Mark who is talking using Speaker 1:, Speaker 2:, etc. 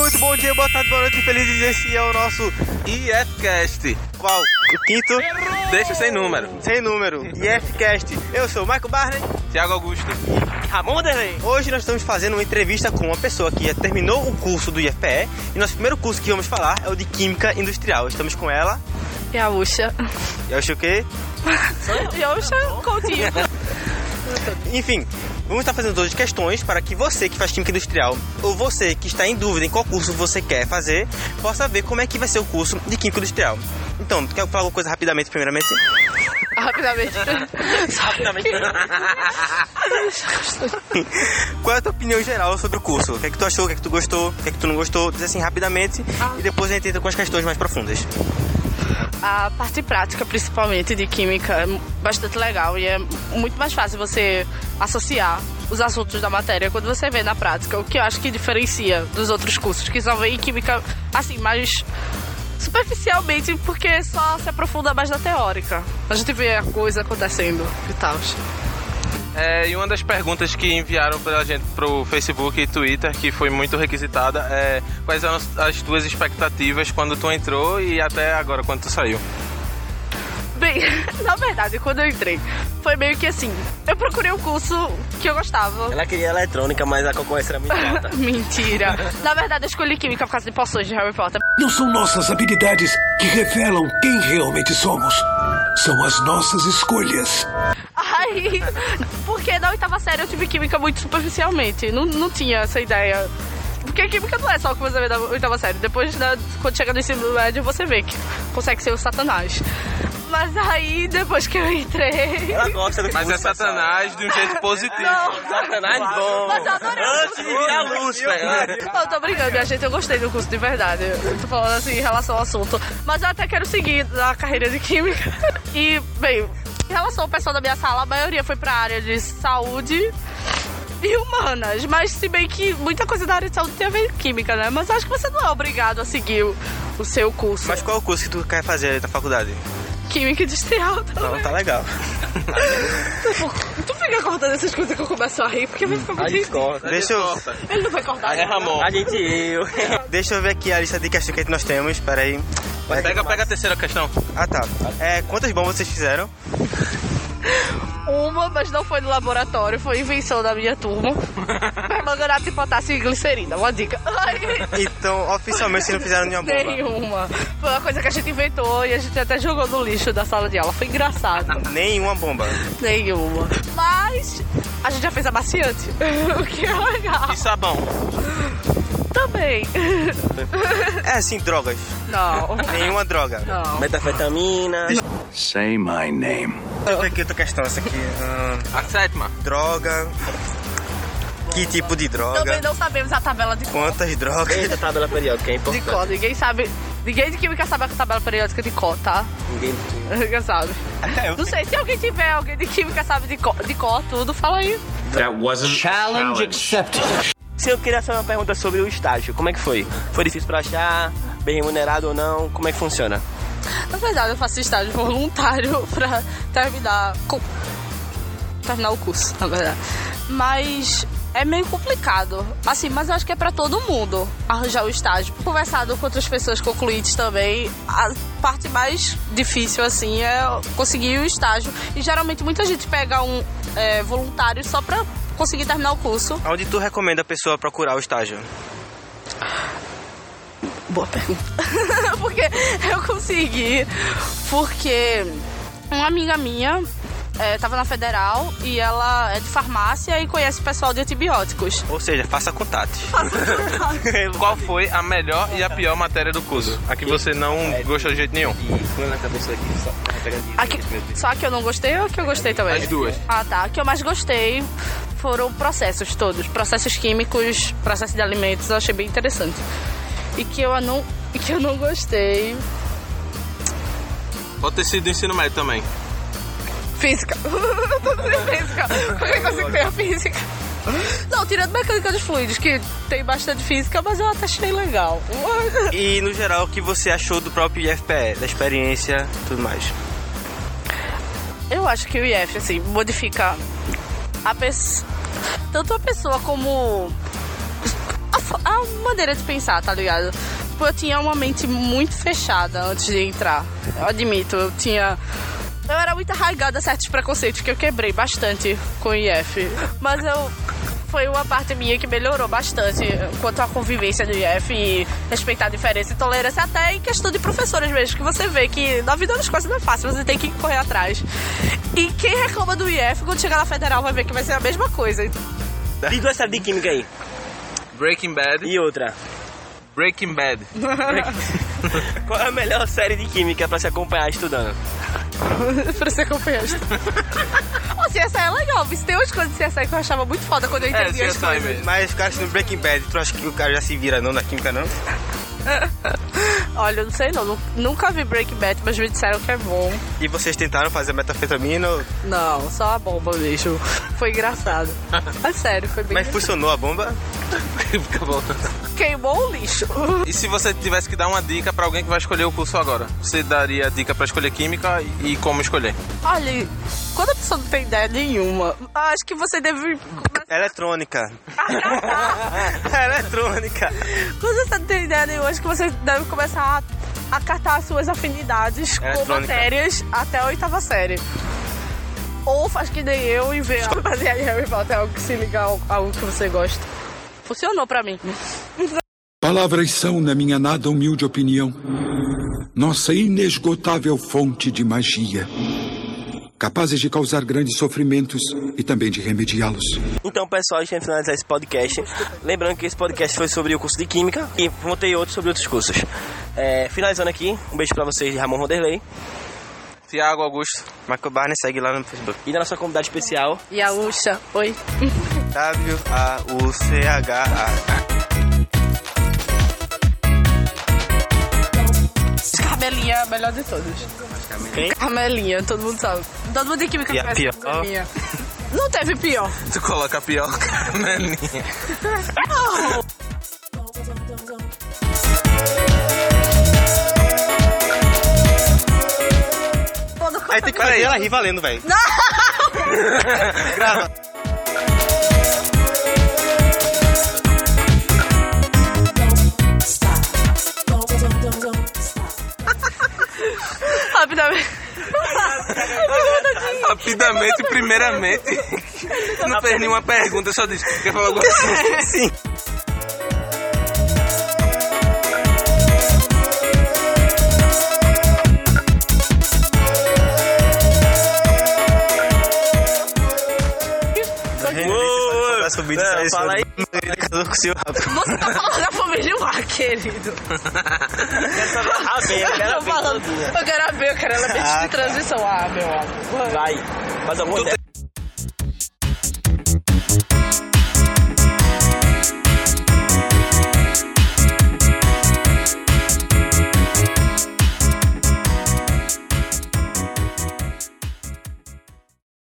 Speaker 1: muito bom dia, boa tarde, boa noite, felizes. Este é o nosso IFCast. Qual? O quinto?
Speaker 2: Deixa sem número.
Speaker 1: Sem número. IFCast. Eu sou o Michael Barney.
Speaker 2: Tiago Augusto.
Speaker 3: Ramon Vanderlei.
Speaker 1: Hoje nós estamos fazendo uma entrevista com uma pessoa que já terminou o curso do IFPE. E nosso primeiro curso que vamos falar é o de Química Industrial. Estamos com ela.
Speaker 4: E É a Uxa.
Speaker 1: E eu acho o quê?
Speaker 4: E a Uxa Coutinho.
Speaker 1: Enfim, vamos estar fazendo todas as questões para que você que faz química industrial ou você que está em dúvida em qual curso você quer fazer possa ver como é que vai ser o curso de química industrial. Então, tu quer falar alguma coisa rapidamente, primeiramente?
Speaker 4: Rapidamente.
Speaker 3: Rapidamente.
Speaker 1: Qual é a tua opinião geral sobre o curso? O que é que tu achou? O que é que tu gostou? O que é que tu não gostou? Diz assim rapidamente e depois a gente entra com as questões mais profundas.
Speaker 4: A parte prática, principalmente, de química é bastante legal e é muito mais fácil você associar os assuntos da matéria quando você vê na prática, o que eu acho que diferencia dos outros cursos, que só vem química, assim, mais superficialmente, porque só se aprofunda mais na teórica. A gente vê a coisa acontecendo e tal.
Speaker 2: É, e uma das perguntas que enviaram pra gente pro Facebook e Twitter, que foi muito requisitada, é quais eram as tuas expectativas quando tu entrou e até agora quando tu saiu?
Speaker 4: Bem, na verdade, quando eu entrei, foi meio que assim, eu procurei um curso que eu gostava.
Speaker 3: Ela queria eletrônica, mas a concorrência era muito alta.
Speaker 4: Mentira. Na verdade, eu escolhi química por causa de poções de Harry Potter.
Speaker 5: Não são nossas habilidades que revelam quem realmente somos. São as nossas escolhas.
Speaker 4: Aí, porque na oitava série eu tive química muito superficialmente. Não, não tinha essa ideia. Porque química não é só o que você vê na oitava série. Depois, né, quando chega no ensino médio, você vê que consegue ser o satanás. Mas aí, depois que eu entrei.
Speaker 3: Ela gosta do
Speaker 2: Mas é
Speaker 3: curso,
Speaker 2: satanás de um jeito positivo. um
Speaker 3: Satanás bom.
Speaker 4: Mas eu adorei o
Speaker 3: Antes de virar luz, velho.
Speaker 4: Eu tô brincando, minha gente, eu gostei do curso de verdade. Eu tô falando assim em relação ao assunto. Mas eu até quero seguir na carreira de química. E, bem, em relação ao pessoal da minha sala, a maioria foi pra área de saúde e humanas. Mas se bem que muita coisa da área de saúde tem a ver com química, né? Mas eu acho que você não é obrigado a seguir o, o seu curso.
Speaker 1: Mas qual é o curso que tu quer fazer na faculdade?
Speaker 4: Química industrial
Speaker 1: Então
Speaker 4: também.
Speaker 1: tá legal.
Speaker 4: Tu fica cortando essas coisas que eu começo a rir, porque vai ficar
Speaker 3: A gente
Speaker 4: muito
Speaker 3: corta.
Speaker 1: Deixa eu,
Speaker 4: Ele não vai cortar.
Speaker 2: Aí é Ramon.
Speaker 3: A gente eu.
Speaker 1: deixa eu ver aqui a lista de questões que nós temos. Pera aí.
Speaker 2: Pega, pega a terceira questão.
Speaker 1: Ah tá. É, quantas bombas vocês fizeram?
Speaker 4: Uma, mas não foi no laboratório, foi invenção da minha turma. Permanganato de potássio e glicerina, uma dica. Ai,
Speaker 1: Então, oficialmente vocês não fizeram nenhuma bomba.
Speaker 4: Nenhuma. Foi uma coisa que a gente inventou e a gente até jogou no lixo da sala de aula. Foi engraçado.
Speaker 1: Nenhuma bomba.
Speaker 4: Nenhuma. Mas a gente já fez amaciante, o que é legal.
Speaker 2: E sabão?
Speaker 4: Também.
Speaker 1: É assim, drogas.
Speaker 4: Não,
Speaker 1: Nenhuma droga.
Speaker 4: não.
Speaker 3: Metafetamina.
Speaker 5: Say my name.
Speaker 1: Deixa eu ver aqui outra questão, é essa aqui. hum,
Speaker 2: A sétima.
Speaker 1: droga. Que tipo de
Speaker 4: Também
Speaker 1: droga?
Speaker 4: não sabemos a tabela de cor.
Speaker 1: Quantas drogas?
Speaker 3: Eita, tabela periódica, é
Speaker 4: De
Speaker 3: importante.
Speaker 4: cor. Ninguém sabe. Ninguém de química sabe a tabela periódica de cor, tá?
Speaker 3: Ninguém...
Speaker 4: Ninguém sabe.
Speaker 1: Até eu.
Speaker 4: Não sei, se alguém tiver, alguém de química sabe de cor, de cor tudo, fala aí.
Speaker 6: That wasn't challenge accepted.
Speaker 3: Se eu queria fazer uma pergunta sobre o estágio, como é que foi? Foi difícil pra achar? Bem remunerado ou não? Como é que funciona?
Speaker 4: Na verdade, eu faço estágio voluntário pra terminar com... terminar o curso, na verdade. Mas é meio complicado. Assim, mas eu acho que é pra todo mundo arranjar o estágio. Conversado com outras pessoas concluídas também, a parte mais difícil, assim, é conseguir o estágio. E geralmente muita gente pega um é, voluntário só pra conseguir terminar o curso.
Speaker 1: Onde tu recomenda a pessoa procurar o estágio?
Speaker 4: Boa pergunta. porque eu consegui. Porque uma amiga minha eh, tava na federal e ela é de farmácia e conhece o pessoal de antibióticos.
Speaker 1: Ou seja, faça contatos.
Speaker 2: Qual foi a melhor e a pior matéria do curso? A que você não gostou de jeito nenhum?
Speaker 3: E quando essa pessoa aqui só pegando
Speaker 4: A que- só a que eu não gostei ou a que eu gostei também?
Speaker 2: As duas.
Speaker 4: Ah, tá. A que eu mais gostei foram processos todos. Processos químicos, processo de alimentos, eu achei bem interessante. E que eu não, e que eu não gostei.
Speaker 2: Pode ter sido ensino médio também.
Speaker 4: Física. Tudo sem física. Qualquer coisa que tenha física. Não, tirando mecânica dos fluidos, que tem bastante física, mas eu até achei legal.
Speaker 1: E no geral, o que você achou do próprio IFPE, da experiência tudo mais?
Speaker 4: Eu acho que o IF, assim, modifica a pessoa. Tanto a pessoa como. a fo- A, uma maneira de pensar, tá ligado? Tipo, eu tinha uma mente muito fechada antes de entrar. Eu admito, eu tinha. Eu era muito arraigada a certos preconceitos que eu quebrei bastante com o IF. Mas eu. Foi uma parte minha que melhorou bastante eh, quanto à convivência do IF e respeitar a diferença e tolerância, até em questão de professores mesmo, que você vê que na vida das coisas não é fácil, você tem que correr atrás. E quem reclama do IF, quando chegar na federal, vai ver que vai ser a mesma coisa.
Speaker 3: Diga essa de química aí.
Speaker 2: Breaking Bad.
Speaker 3: E outra.
Speaker 2: Breaking Bad.
Speaker 3: Qual é a melhor série de química pra se acompanhar estudando?
Speaker 4: pra ser acompanhante. o CSI é legal, mas tem umas coisas de CSI que eu achava muito foda quando eu
Speaker 2: É,
Speaker 4: entendi as
Speaker 2: CSI
Speaker 4: coisas.
Speaker 2: mesmo.
Speaker 1: Mas o cara no Breaking Bad, tu acha que o cara já se vira não na química, não?
Speaker 4: Olha, eu não sei não, nu- nunca vi Breaking Bad, mas me disseram que é bom.
Speaker 1: E vocês tentaram fazer metafetamina,
Speaker 4: Não, só a bomba mesmo. Foi engraçado. É sério, foi bem
Speaker 1: mas funcionou a bomba?
Speaker 2: Fica voltando.
Speaker 4: engraçado. Queimou o lixo.
Speaker 2: E se você tivesse que dar uma dica pra alguém que vai escolher o curso agora? Você daria a dica pra escolher química e como escolher?
Speaker 4: Olha, quando a pessoa não tem ideia nenhuma, acho que você deve começar
Speaker 1: Eletrônica.
Speaker 4: a catar.
Speaker 1: Eletrônica.
Speaker 4: Quando você não tem ideia nenhuma, acho que você deve começar a, a catar as suas afinidades com
Speaker 1: Eletrônica.
Speaker 4: matérias até a oitava série. Ou faz que nem eu e vê a baseada em Harry Potter, algo que se liga ao- algo que você gosta. Funcionou pra mim.
Speaker 5: Palavras são, na minha nada humilde opinião, nossa inesgotável fonte de magia, capazes de causar grandes sofrimentos e também de remediá-los.
Speaker 3: Então, pessoal, a gente vai finalizar esse podcast. Lembrando que esse podcast foi sobre o curso de Química e vão ter outros sobre outros cursos. É, finalizando aqui, um beijo pra vocês de Ramon Roderley
Speaker 2: Tiago Augusto.
Speaker 1: Michael Barney segue lá no Facebook.
Speaker 3: e da nossa convidada especial.
Speaker 4: E a Ucha, oi.
Speaker 1: W-A-U-C-H-A.
Speaker 4: Carmelinha é a melhor de todas.
Speaker 3: Quem?
Speaker 4: Carmelinha, todo mundo sabe. Todo mundo em química
Speaker 1: E a
Speaker 4: conhece
Speaker 1: pior?
Speaker 4: Carmelinha. Não teve pior.
Speaker 2: Tu coloca a pior né, carmelinha.
Speaker 4: Todo
Speaker 1: Aí tem que fazer ela rir valendo, velho. Grava.
Speaker 4: Rapidamente.
Speaker 2: Rapidamente, primeiramente. Não fez nenhuma pergunta, só disse que quer falar alguma coisa. Sim.
Speaker 1: Tá subindo,
Speaker 3: Não,
Speaker 1: sai
Speaker 3: fala aí.
Speaker 1: Ele casou com o senhor.
Speaker 4: Você tá falando da família lá, querido.
Speaker 2: 啊
Speaker 3: Ah, bem, eu quero
Speaker 4: eu,
Speaker 3: ver tá.
Speaker 4: falando,
Speaker 3: todinha.
Speaker 4: eu quero ver, eu quero ela de transição. Ah, meu amor.
Speaker 3: Vai, faz alguma ideia.